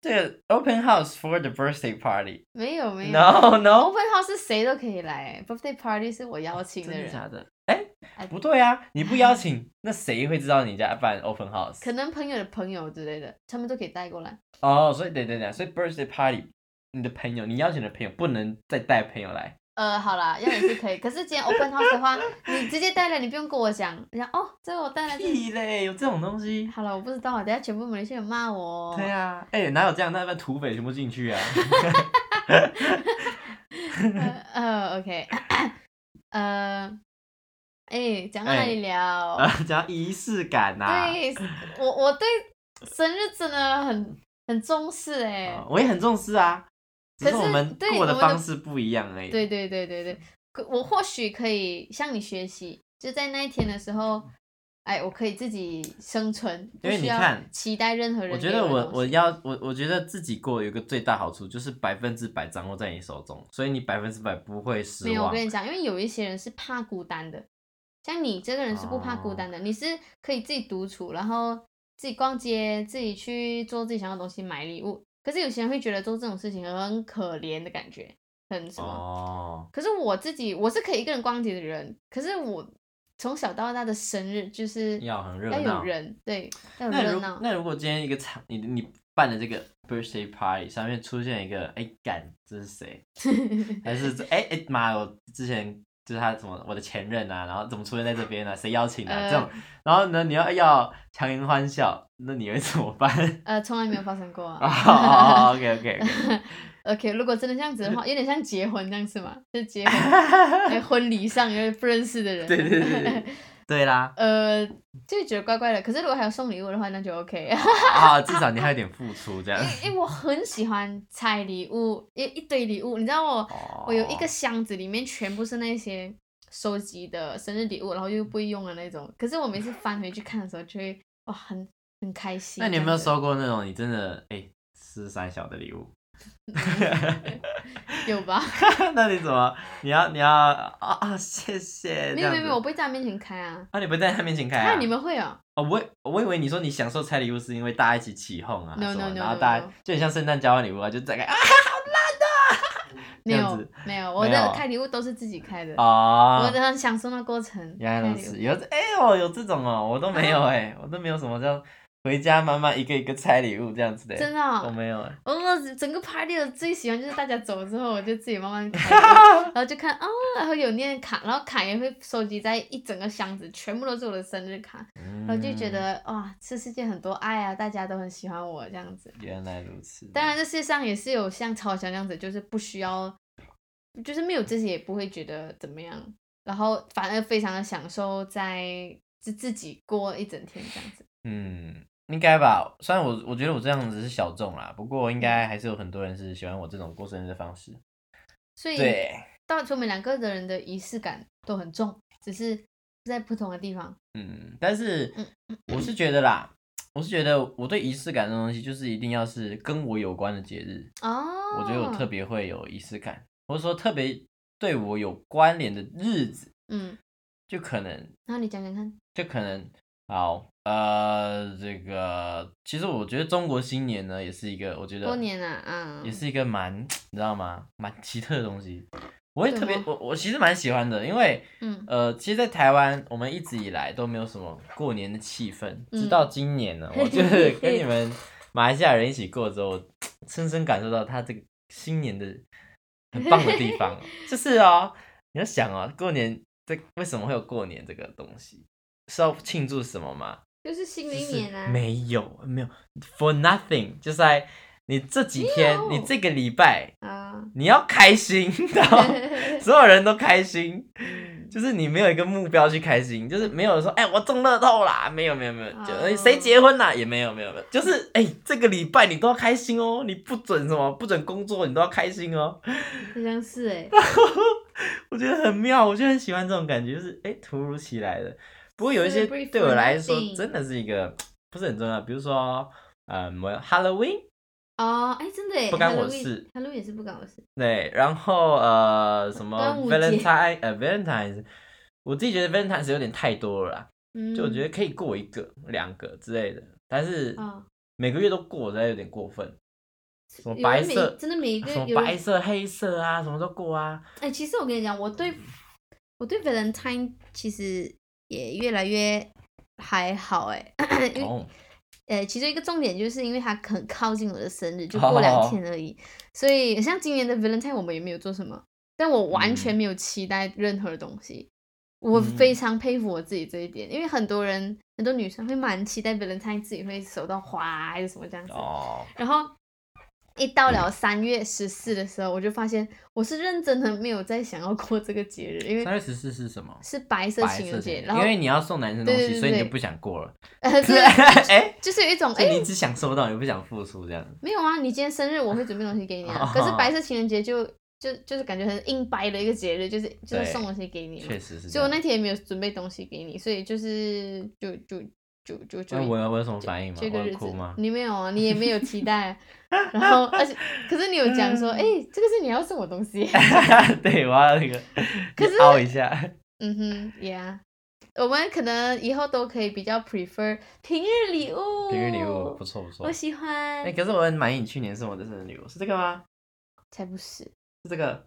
这个 open house for the birthday party。没有没有 No no， ，open house 是谁都可以来，birthday party 是我邀请真的的人，假的？哎、哎不对啊，你不邀请，那谁会知道你家办 open house？可能朋友的朋友之类的，他们都可以带过来。哦所以等等等，所以 birthday party，你的朋友，你邀请的朋友不能再带朋友来。呃，好啦，要也是可以。可是今天 open house 的话，你直接带来，你不用跟我讲。你讲哦，这个我带来这。屁嘞，有这种东西？好了，我不知道，等下全部马来西亚人骂我哦。 对啊，哎、哪有这样？那一般土匪全部进去啊！呃 呃，OK，呃，哎，讲到哪里聊？啊，讲仪式感啊呐、对，我我对生日真的很很重视哎、哦我也很重视啊，只是可是我们对过的我们的方式不一样而已。对对对对对，可我或许可以向你学习，就在那一天的时候，哎，我可以自己生存，不嗯因为需你要看期待任何人我给觉的东得西。我我要我我觉得自己过有一个最大好处就是百分之百掌握在你手中，所以你百分之百不会失没有，我望跟。你讲，因为有一些人是怕孤单的，像你这个人是不怕孤哦单的，你是可以自己独处，然后自己逛街，自己去做自己想要的东西，买礼物。可是有些人会觉得做这种事情很可怜的感觉，很什么？哦，可是我自己我是可以一个人逛街的人，可是我从小到大的生日就是要很热要有闹。人，对，要有那热如闹。那如果今天一个场，你你办的这个 birthday party 上面出现一个，哎、干，这是谁？还 是这哎哎妈，我之前就是他什么我的前任啊，然后怎么出现在这边 呢、谁邀请的、啊呃这种？然后呢，你要要强颜欢笑，那你会怎么办？ 呃，从来没有发生过啊、 啊。 o k OK OK， OK，如果真的这样子的 话，有点像结婚这样是吗？就结婚在婚礼上因为不认识的人，对对对对对啦，呃，就觉得怪怪的。可是如果还有送礼物的话，那就 OK。 啊，至少你还有点付出这样因。为因为我很喜欢拆礼物，一一堆礼物，你知道哦我、 我有一个箱子，里面全部是那些收集的生日礼物，然后又不会用的那种。可是我每次翻回去看的时候，就会哇，很很开心。那你有没有这样收过那种你真的哎是三小的礼物？子？ 有吧？那你怎么？你要你要啊啊！ 谢谢。没有 这样没有子没有，我不会在他面前开啊。啊，你不会在他面前开那、啊？你们会哦？哦，我以我以为你说你享受拆礼物是因为大家一起起哄啊 No, 什 no, 么 no, 然后大 no, 家 no. 就很像圣诞交换礼物啊，就大概啊 没这样有子没有，我没有的开礼物都是自己开的，我哦，都很享受那过程。原来如开礼此，物。有这哎呦有这种哦，我都没有哎、 我都没有什么叫回家妈妈一个一个拆礼物这样子的、真的哦、我没有哎、我我整个 party 我最喜欢就是大家走之后，我就自己慢慢 开，然后就看啊、然后有念卡，然后卡也会收集在一整个箱子，全部都是我的生日卡，嗯然后就觉得哇，这世界很多爱啊，大家都很喜欢我这样子。原来如此，当然，这世界上也是有像超强这样子，就是不需要，就是没有这些也不会觉得怎么样，然后反而非常的享受在自自己过一整天这样子。嗯。应该吧，虽然我我觉得我这样子是小众啦，不过应该还是有很多人是喜欢我这种过生日的方式。所以对，到时候我们两个的人的仪式感都很重，只是在不同的地方。嗯，但是嗯我是觉得啦，我是觉得我对仪式感这种东西，就是一定要是跟我有关的节日，哦，我觉得我特，别会有仪式感，或者说特别对我有关联的日子，嗯，就可能然后你讲讲看，就可能好呃，这个其实我觉得中国新年呢，也是一个我觉得多年了啊，也是一个蛮你知道吗，蛮奇特的东西。我会特别怎，我我其实蛮喜欢的，因为嗯，呃，其实，在台湾，我们一直以来都没有什么过年的气氛，嗯直到今年 呢，我就是跟你们马来西亚人一起过之后，我深深感受到他这个新年的很棒的地 方哦，就是哦，你要想哦，过年这为什么会有过年这个东西？是要庆祝什么吗？就是新的就一是年啊，没有没有，for nothing，就是在你这几天，没有你这个礼拜， 啊，你要开心 的。所有人都开心，就是你没有一个目标去开心，就是没有说哎、我中乐透啦，没有没有没有，就哦哎谁结婚啦也没有没有没有，就是哎、这个礼拜你都要开心哦，你不准什么不准工作，你都要开心哦，好像是哎，我觉得很妙，我就很喜欢这种感觉，就是哎、突如其来的。不过有一些 Celebrate 对我来说 for nothing 真的是一个不是很重要，比如说嗯我 Halloween 哦，哎，真的哎，不干我事，Hello 也是不干我事，对，然后呃什么端午节 Valentine 呃 Valentine，我自己觉得 Valentine 有点太多了啦。嗯，就我觉得可以过一个、两个之类的，但是啊，每个月都过，实在有点过分。什么有人白每色，真的每一个什么有人白色、黑色啊，什么都过啊。哎，其实我跟你讲，我对嗯我对 Valentine 其实也越来越还好哎，因为哦，呃，其中一个重点就是因为它很靠近我的生日，就哦过两天而已所以像今年的 Valentine 我们也没有做什么，但我完全没有期待任何东西。我嗯非常佩服我自己这一点，因为很多人很多啊女生会蛮期待 Valentine 自己会收到花还是什么这样子哦，然后一到了三月十四的时候，我就发现我是认真的没有再想要过这个节日，因三为月十四是什么？是白色白情色人节，节，然因后 为你要送男生东对对对西，所以你对就不想过了。呃 是哎，就是有一种哎、所以你只想收到，也不想付出这样。没有啊，你今天生日我会准备东西给你啊 哦，可是白色情人节就就就是感觉很硬掰的一个节日，就是就对是送东西给你嘛确，实是这所以我样。那天也没有准备东西给你，所以就是就就就就就那我有我有什么反应吗？这我个有日子哭吗？你没有啊，你也没有期待啊、然后而且可是你有讲嗯说，哎、这个是你要送我东 西， 对，我要那个可是凹一下。嗯哼，Yeah，我们可能以后都可以比较 prefer 平日礼物，平日礼物不错不错我。喜欢，哎，可是我很满意你去年送我的生日礼物，是这个吗？才不是，是这个。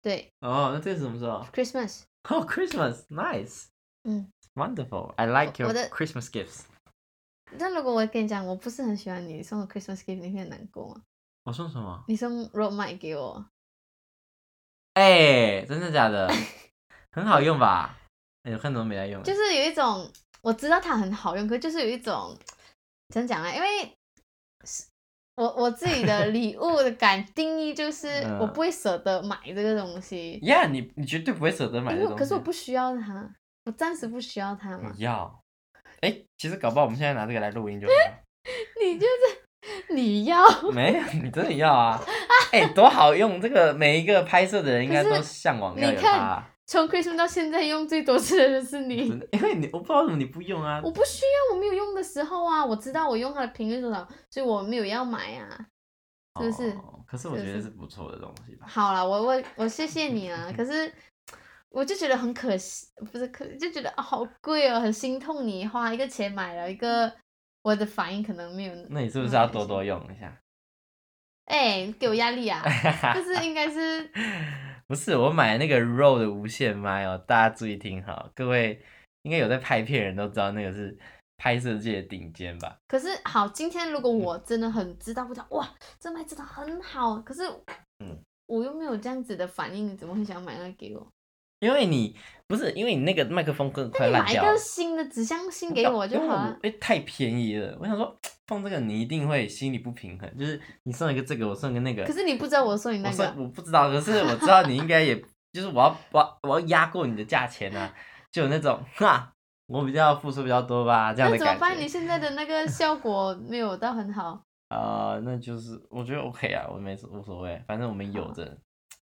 对哦，那这个是什么时候？ ，Christmas，哦，Christmas，nice。嗯。 Wonderful. I like 我 your 的 Christmas gifts. 但如果我跟你讲，我不是很喜欢你送的 Christmas gift，你会很难过吗？我送什么？你送 road mic 给我，哎、真的假 的？很好用吧？哎、我看怎么没在用。就是有一种我知道它很好用，可就是有一种怎么讲呢？因为是我我自己 的礼物的感定义就是嗯我不会舍得买这个东西， Yeah，你你绝对不会舍得买因的东为哎西。可是我不需要它，我暂时不需要它嘛不。要。哎、其实搞不好我们现在拿这个来录音就好了。你就是 你要，没有，你真的 要啊？哎、多好用！这个每一个拍摄的人应该可是都向往你要有它啊、从 Christmas 到现在用最多次的人是你真。的，因为你我不知道为什么你不用啊我。不需要，我没有用的时候啊，我知道我用它的频率是多少，所以我没有要买啊，是不是？哦可是我是不觉得是是不错的东西吧。好啦，我我我谢谢你啊， 可是我就觉得很可惜，不是可就觉得、啊好贵哦，很心痛你花一个钱买了一个，我的反应可能嗯没有，那你是不是要多多用一下？哎、给我压力 啊，就是应该是不是，我买那个 RODE 的无线麦哦，大家注意听好，各位应该有在拍片的人都知道那个是拍摄界的顶尖吧？可是好，今天如果嗯我真的很知道不知道，哇，这麦真的很好，可是嗯我又没有这样子的反应，你怎么会想买那个给我？因为你不是因为你那个麦克风更快你烂买一掉个了，新的指向性给我就好了。因为哎太便宜了，我想说放这个你一定会心里不平衡，就是你送一个这个，我送一个那个可，是你不知道我送你那我个送，我不知道，可是我知道你应该也 就是我要我要我要压过你的价钱啊，就有那种哈，我比较付出比较多吧这样那的怎感么觉。办？你现在的那个效果没有到很好，啊、那就是我觉得 OK 啊，我没无所谓，反正我们有着，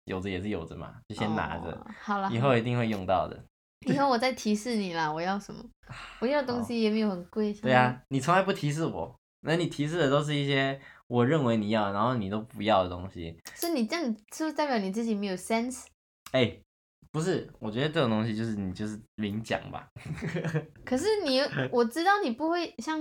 有着也是有着嘛，就先拿着，哦好嗯了，以后一定会用到的。以后我再提示你啦，我要什么？我要的东西也没有很贵。对啊，你从来不提示我，那你提示的都是一些我认为你要，然后你都不要的东西。像，是你这样是不是代表你自己没有 sense？哎、不是，我觉得这种东西就是你就是明讲吧。可是 你，我知道你不会像，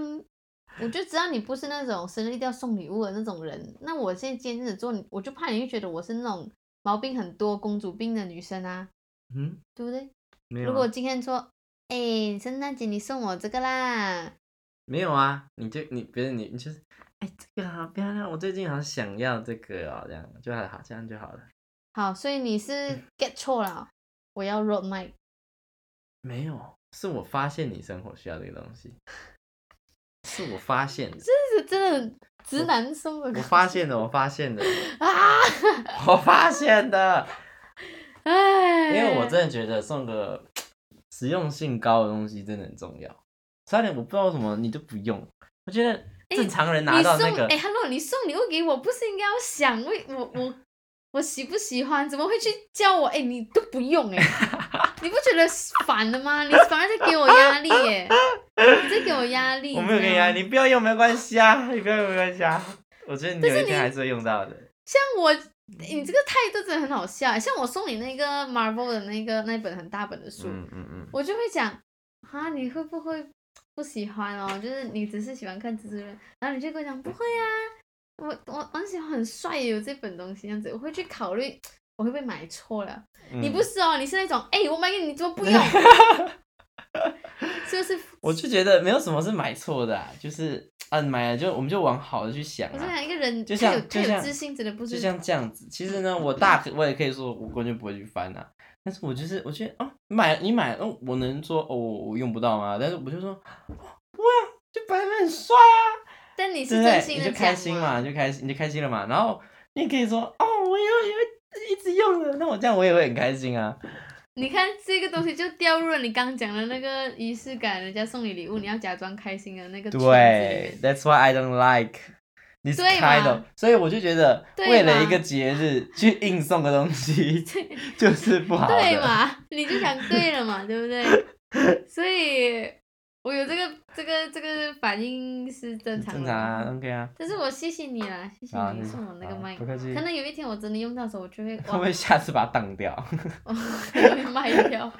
我就知道你不是那种生日一定要送礼物的那种人。那我现在今天做，我就怕你会觉得我是那种毛病很多、公主病的女生啊，嗯，对不对？没有、如啊，果今天说，哎、圣诞节你送我这个啦，没有啊，你就你别人你你就是，哎、这个啊，不要让我最近好想要这个哦，这样就好好，这样就好了。好，所以你 是 get 错了，我要 road mic。没有，是我发现你生活需要这个东 西，是我发现的，这是真的很直男送的我歌发 现的，我发现的，啊，我发现 的，因哎，为我真的觉得送个实用性高的东西真的很重要。差点我不知道为什么你就不用，我觉得正常人拿到那你个送，哎，hello，你送礼物给我，不是应该要想为我我我喜不喜欢？怎么会去叫我？哎，你都不用哎， 你不觉得烦的吗？你反而在给我压力耶，你在给我压力，我没有知跟道你啊吗讲，你不要用没关系啊，你不要用没关系啊。我觉得你有一天还是会用到的。像我，你这个态度真的很好笑。欸像我送你那个 Marvel 的那个那本很大本的书，嗯嗯嗯，我就会讲啊，你会不会不喜欢哦？就是你只是喜欢看蜘蛛人，然后你就跟我讲不会啊，我我我很喜欢很帅有这本东西这样子，我会去考虑我会不会买错了。嗯你不是哦，你是那种哎、我买给你，你怎么 不用？是不是？我就觉得没有什么是买错的、啊，就是啊，你买了就我们就往好的去想我啊是。讲一个人，就他有像他就有像自信，真的不就是像这样子，其实呢，我大可我也可以说，我完全不会去翻啊。但是我就是我觉得哦，买你买，哦，我能说哦，我我用不到吗？但是我就说，哦不会啊，就摆的很帅啊，但你对是真不对？心你的就开心嘛，你就开心，你就开心了嘛。然后你也可以说，哦，我以后也会一直用的，那我这样我也会很开心啊。你看这个东西就掉入了你刚讲的那个仪式感，人家送你礼物，你要假装开心的那个圈子里对面。 ，That's why I don't like this 对 kind 嘛 of 所以我就觉得，对为了一嘛个节日去硬送个东西对， 就是不好的。对嘛， 你就想对了嘛， 对不对？所以，我有这个这个这个反应是正常的。正常啊。，OK 啊。但是我谢谢你啦，谢谢啊你谢谢送我那个啊麦。不客气可能有一天我真的用到的时候，我就 会会哇不，会下次把它挡掉？我可能会卖 掉。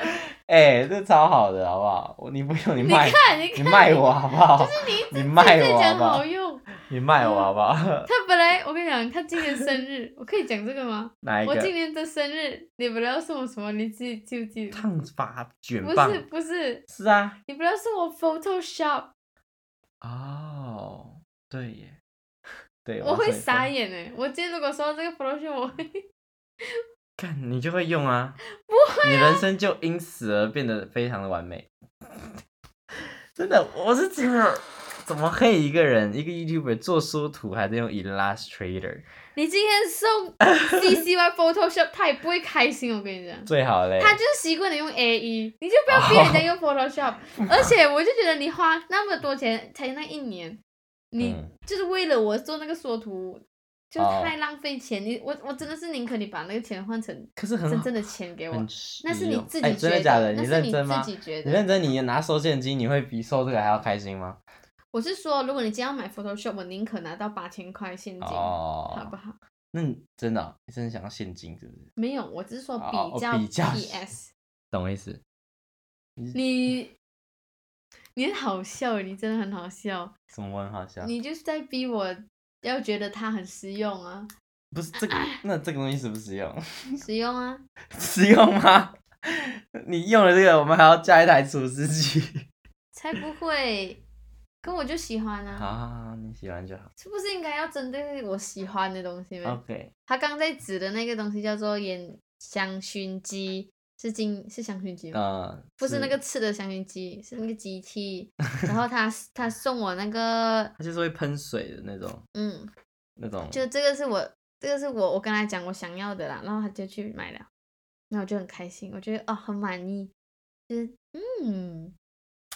哎、这超好的，好不好？我你不用你你卖，看，你你看，卖我好不好？你卖这我好讲不好好？用。你卖我好不好？ 他本来我跟你讲，他今年生日，我可以讲这个吗？哪一我今个？年的生日，你不要送我什么，你自己记不记得？烫发卷不棒是不是，是啊。你不要送我 Photoshop，哦，对耶，对，我会傻眼。眼哎！我今天如果收到这个 Photoshop，我会看你就会用啊，不会、你人生就因此而变得非常的完美。 真的，我是觉得怎么可以一个人一个 YouTuber 做缩图还在用 Illustrator，你今天 送 CCY Photoshop，他也不会开心。我跟你讲，最好嘞。他就是习惯了用 A E，你就不要逼人家用 Photoshop。而哦且我就觉得你花那么多钱才那一年，你嗯就是为了我做那个缩图，就哦太浪费钱。你我我真的是宁可你把那个钱换成可是很真好正的钱给我，很实那是你用自哎己觉真得，的假的？那你是认你真吗自？己觉你得。认真，你拿收现金，你会比收这个还要开心吗？我是说，如果你今天要买 Photoshop，我宁可拿到八千块现金，好哦不，好？那你真的哦、你真的想要现金是不是？没有，我只是说哦哦比较比较 PS。懂我意思？你你很好笑，你真的很好笑，什么我很好笑？你就是在逼我要觉得它很实用啊，不是这个，那这个东西实不实用？实用啊， 实用吗？你用了这个，我们还要加一台厨师机才 不会。可我就喜欢啊，啊！你喜欢就好。是不是应该要针对我喜欢的东西吗？ OK，他刚在指的那个东西叫做烟香薰机，是金是香薰机吗？嗯，不是那个，吃的香薰机，是那个机 器。然后他他送我那个，它就是会喷水的那种，嗯，那种。就这个是我这个是我我跟他讲我想要的啦，然后他就去买了，那我就很开心，我觉得哦很满意，就是嗯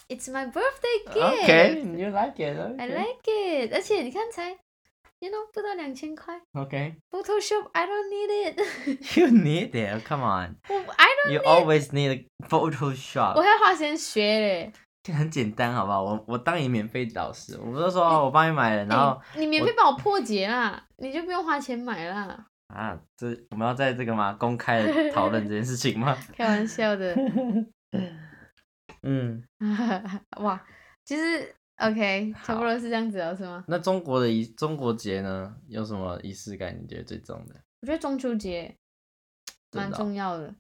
，It's my birthday gift，I、 OK，you like it？I like it，而且你看才，you know 不到两千块 OK，you ，Photoshop I don't need it， need it. Come on. 我 I don't。 You always need a 我 Photoshop，还要花钱学嘞。这很简单，好不好？我我当你免费导师，我不是 说哦我帮你买了，然后哎你免费帮我破解啦，你就不用花钱买啦。啊，这我们要在这个吗？公开地讨论这件事情 吗？开玩笑 的，嗯，哇，其实 OK，差不多是这样子了，是吗？那中国的仪中国节呢，有什么仪式感？你觉得最重的？我觉得中秋节真的蛮哦重要的，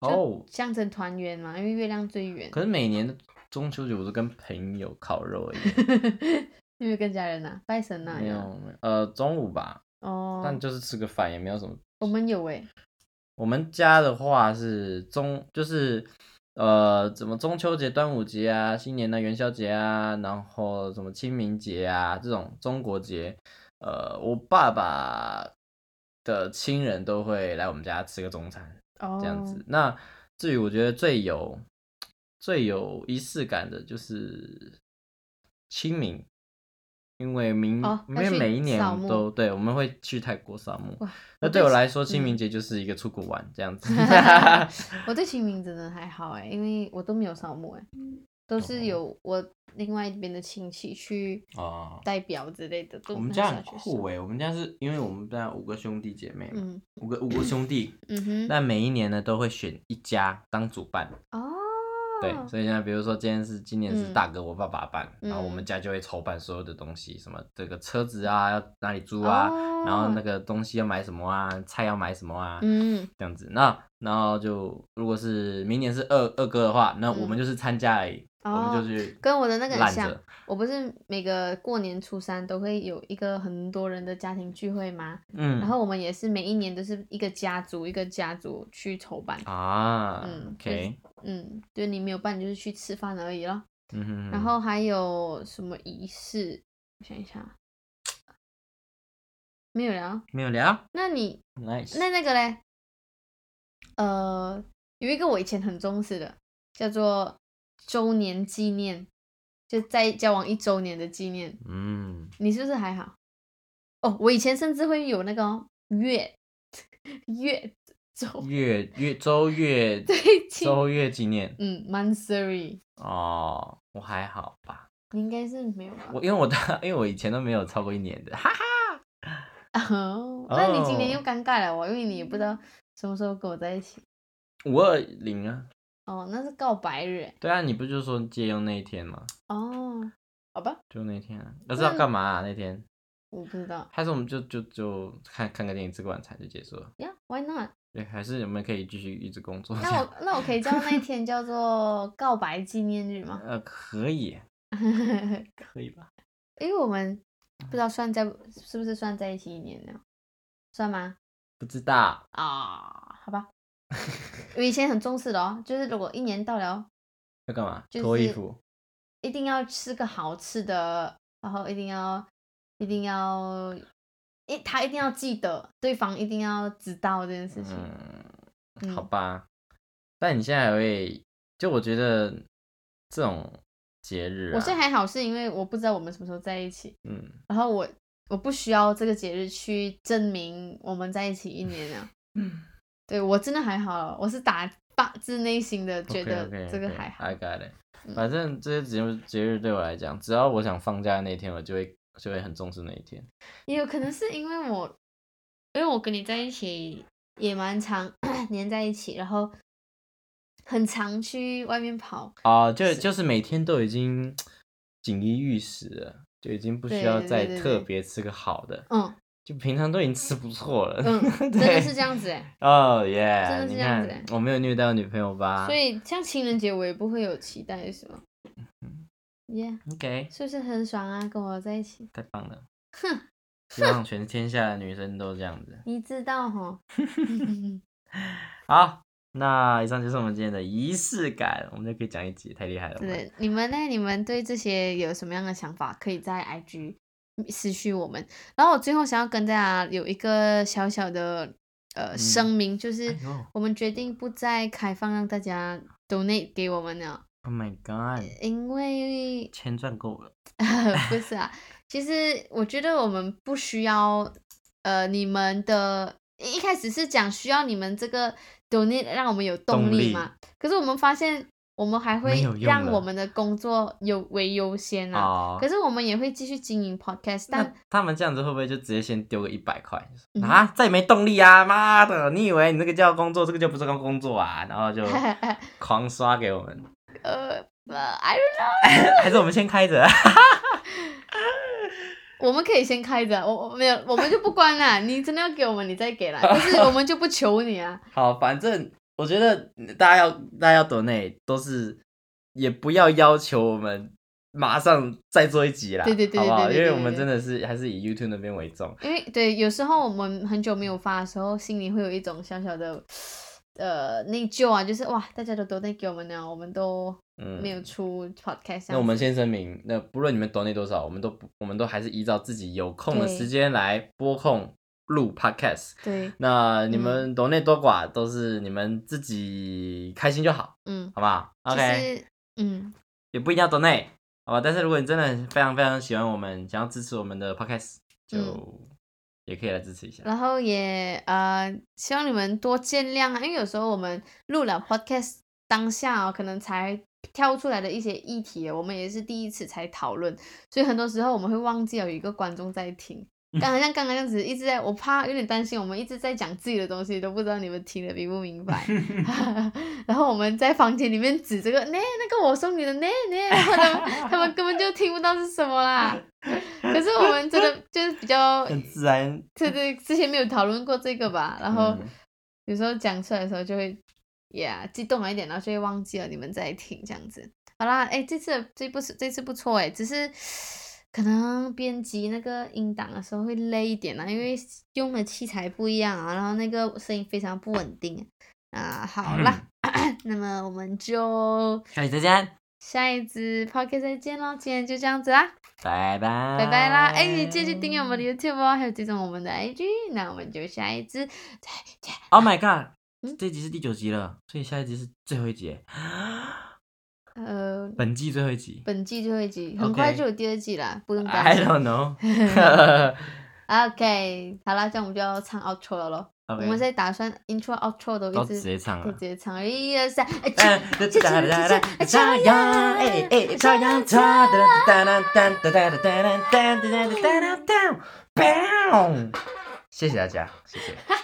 哦，象征团圆嘛，因为月亮最圆。可是每年的中秋节我都跟朋友烤肉而已， 因为跟家人呐、拜神呐、没有没有，呃，中午吧，但哦，就是吃个饭，也没有什么。我们有诶、我们家的话是中，就是呃，怎么中秋节、端午节啊，新年的元宵节啊，然后什么清明节啊，这种中国节，呃，我爸爸的亲人都会来我们家吃个中餐，哦，这样子。那至于我觉得最有最有仪式感的就是清明，因为明、哦因要为去每一年扫我们墓都对我们会去泰国扫墓哇。那我对对我清来说，清嗯明节就是一个出国玩这 样子。 哦我对清明真的还好哎、因为我都没有扫墓哎、都是有我另外一边的亲戚去哦，代表之类的，都我们没家有很下去酷扫哎，我们家是因为我们家有五个兄弟姐妹嘛，嗯五个五个兄弟，嗯哼，那每一年呢都会选一家当主办。哦，对，所以现在比如说今天是今年是嗯大哥我爸爸办，然后我嗯们家就会筹办所有的东西，什么这个车子啊要哪里租啊，哦然后那个东西要买什么啊，菜要买什么啊，嗯这样子。那然后就如果是明年是二二哥的话，那我嗯们就是参加而已，我哦们就去跟我的那个很懒像着，我不是每个过年初三都会有一个很多人的家庭聚会吗？嗯，然后我们也是每一年都是一个家族一个家族去筹办，啊嗯，OK，嗯，就你没有办，你就是去吃饭而已咯。嗯哼哼，然后还有什么仪式？我想一下啊，没有了。哦没有聊那你，nice，那那个嘞？呃，有一个我以前很重视的，叫做周年纪念，就在交往一周年的纪念。 嗯，你是不是还好？哦，我以前甚至会有那个哦月月周月月周月对纪周月纪念嗯 monthly，哦，我还好吧，你应该是没有吧？我因为我的 因为我以前都没有超过一年的，哈哈， 哦，那你今年哦嗯又尴尬了哦，因为你也不知道什么时候跟我在一起。五二零啊，哦，那是告白日欸对啊，你不就说借用那一天吗？哦，好吧，就那天啊，那是要干嘛啊、那天？我不知道还是我们就就就看看个电影吃个晚餐就结束了？呀、yeah,，Why not？对，还是我们可以继续一直工作？那我那我可以叫那一天叫做告白纪念日吗？ 呃可以可以吧？因为我们不知嗯道算在是不是算在一起一年了，算吗？不知道，啊、好 吧，我以前很重视的哦，就是如果一年到了，要干嘛？就是脱衣服？一定要吃个好吃的，然后一定要一定要一他一定要记得，对方一定要知道这件事情。嗯，嗯好吧。但你现在还会，就我觉得这种节日、啊，我现在还好，是因为我不知道我们什么时候在一起，嗯，然后我我不需要这个节日去证明我们在一起一年了。嗯对我真的还好了，我是打发自内心的觉得 o k o k 这个还好。 I got it、嗯反正这些节日节日对我来讲，只要我想放假的那天，我就会就会很重视那一天。也有可能是因为我，因为我跟你在一起也蛮长 黏在一起，然后很常去外面跑，哦、就是就是每天都已经锦衣玉食了，就已经不需要对对再对对特别吃个好的，嗯就平常都已经吃不错了。，嗯真的对是这样子哎。哦耶！真的是你这样看子欸我没有虐待我女朋友吧？所以像情人节我也不会有期待什么，Yeah， OK，是不是很爽啊？跟我在一起，太 棒了！哼，希望全天下的女生都这样子。你知道吼，好，那以上就是我们今天的仪式感，我们就可以讲一集，太厉害了。我们对，你们呢？你们对这些有什么样的想法？可以在 IG 私讯我们。然后我最后想要跟大家有一个小小的呃声明，就是哎呦我们决定不再开放让大家 donate 给我们了， Oh my god，因为钱赚够了。不是啊，其实我觉得我们不需要呃你们的。一一开始是讲需要你们这个 donate 让我们有动动力力嘛，可是我们发现我们还没会有用让了我们的工作有为优先啊，哦，可是我们也会继续经营 podcast，那但他们这样子会不会就直接先丢个一百块嗯啊？再也没动力啊！妈的，你以为你那个叫工作，这个就不是工工作啊？然 后就狂刷给我们，呃呃，I don't know，还是我们先 开着？啊我们可以先开着，我我没有，我们就不关啦。你真的要给我们，你再给啦，但是我们就不求你啊。好，反正我觉得大家要大家要 donate 都是也不要要求我们马上再做一集啦，对对对好不好？对因对对为我们对真的是还是以 YouTube 那边为重。因为对，有时候我们很久没有发的时候，心里会有一种小小的呃内疚啊，就是哇，大家都都在给我们呢，我们都嗯，没有出 podcast 啊这样子。那我们先声明，那不论你们 donate 多少，我们都不，我们都还是依照自己有空的对时间来播控录 podcast。对，那你嗯们 donate 多寡都是你们自己开心就好，嗯好不好？OK，就是嗯，也不一定要 donate，好吧？但是如果你真的非常非常喜欢我们，想要支持我们的 podcast，就也可以来支持一下。嗯然后也呃，希望你们多见谅啊，因为有时候我们录了 podcast 当下哦，可能才挑出来的一些议题哦，我们也是第一次才讨论，所以很多时候我们会忘记有一个观众在听。刚好像刚刚这样子，一直在我怕有点担心，我们一直在讲自己的东西，都不知道你们听得明不明白。 然后我们在房间里面指这个，那那个我送你的，那那，然后他们他们根本就听不到是什么啦。可是我们真的就是比较很自然，嗯对对，之前没有讨论过这个吧？然后有时候讲出来的时候就会，呀、激动了一点，然后就会忘记了你们在听这样子。好啦，哎，这次这不是这次不错哎，只是可能编辑那个音档的时候会累一点啦、因为用的器材不一样啊，然后那个声音非常 不稳定啊。好啦，那么我们就下期再见，下一支 podcast 再见喽，今天就这样子啦，拜拜，拜拜啦！哎，你记得去订阅我们的 YouTube 哦，还有追踪我们的 IG，那我们就下一支再见。 Oh my god！、嗯这一集是第九集了，所以下一集是最后一集，呃，本季最后一集。本季最后一集，很快 OK 就有第二季啦，不用 I 担心。 don't know 。 OK，好啦，这样我们就要唱 outro 了咯。我们 OK，现在打算 intro outro 都都一直直接唱都了直。接唱，一二三，哎哒啾哒哒哒哒哒，朝阳，哎哎，朝阳，朝哒哒哒哒哒哒哒哒哒哒哒哒哒哒，砰！谢谢大家，谢谢。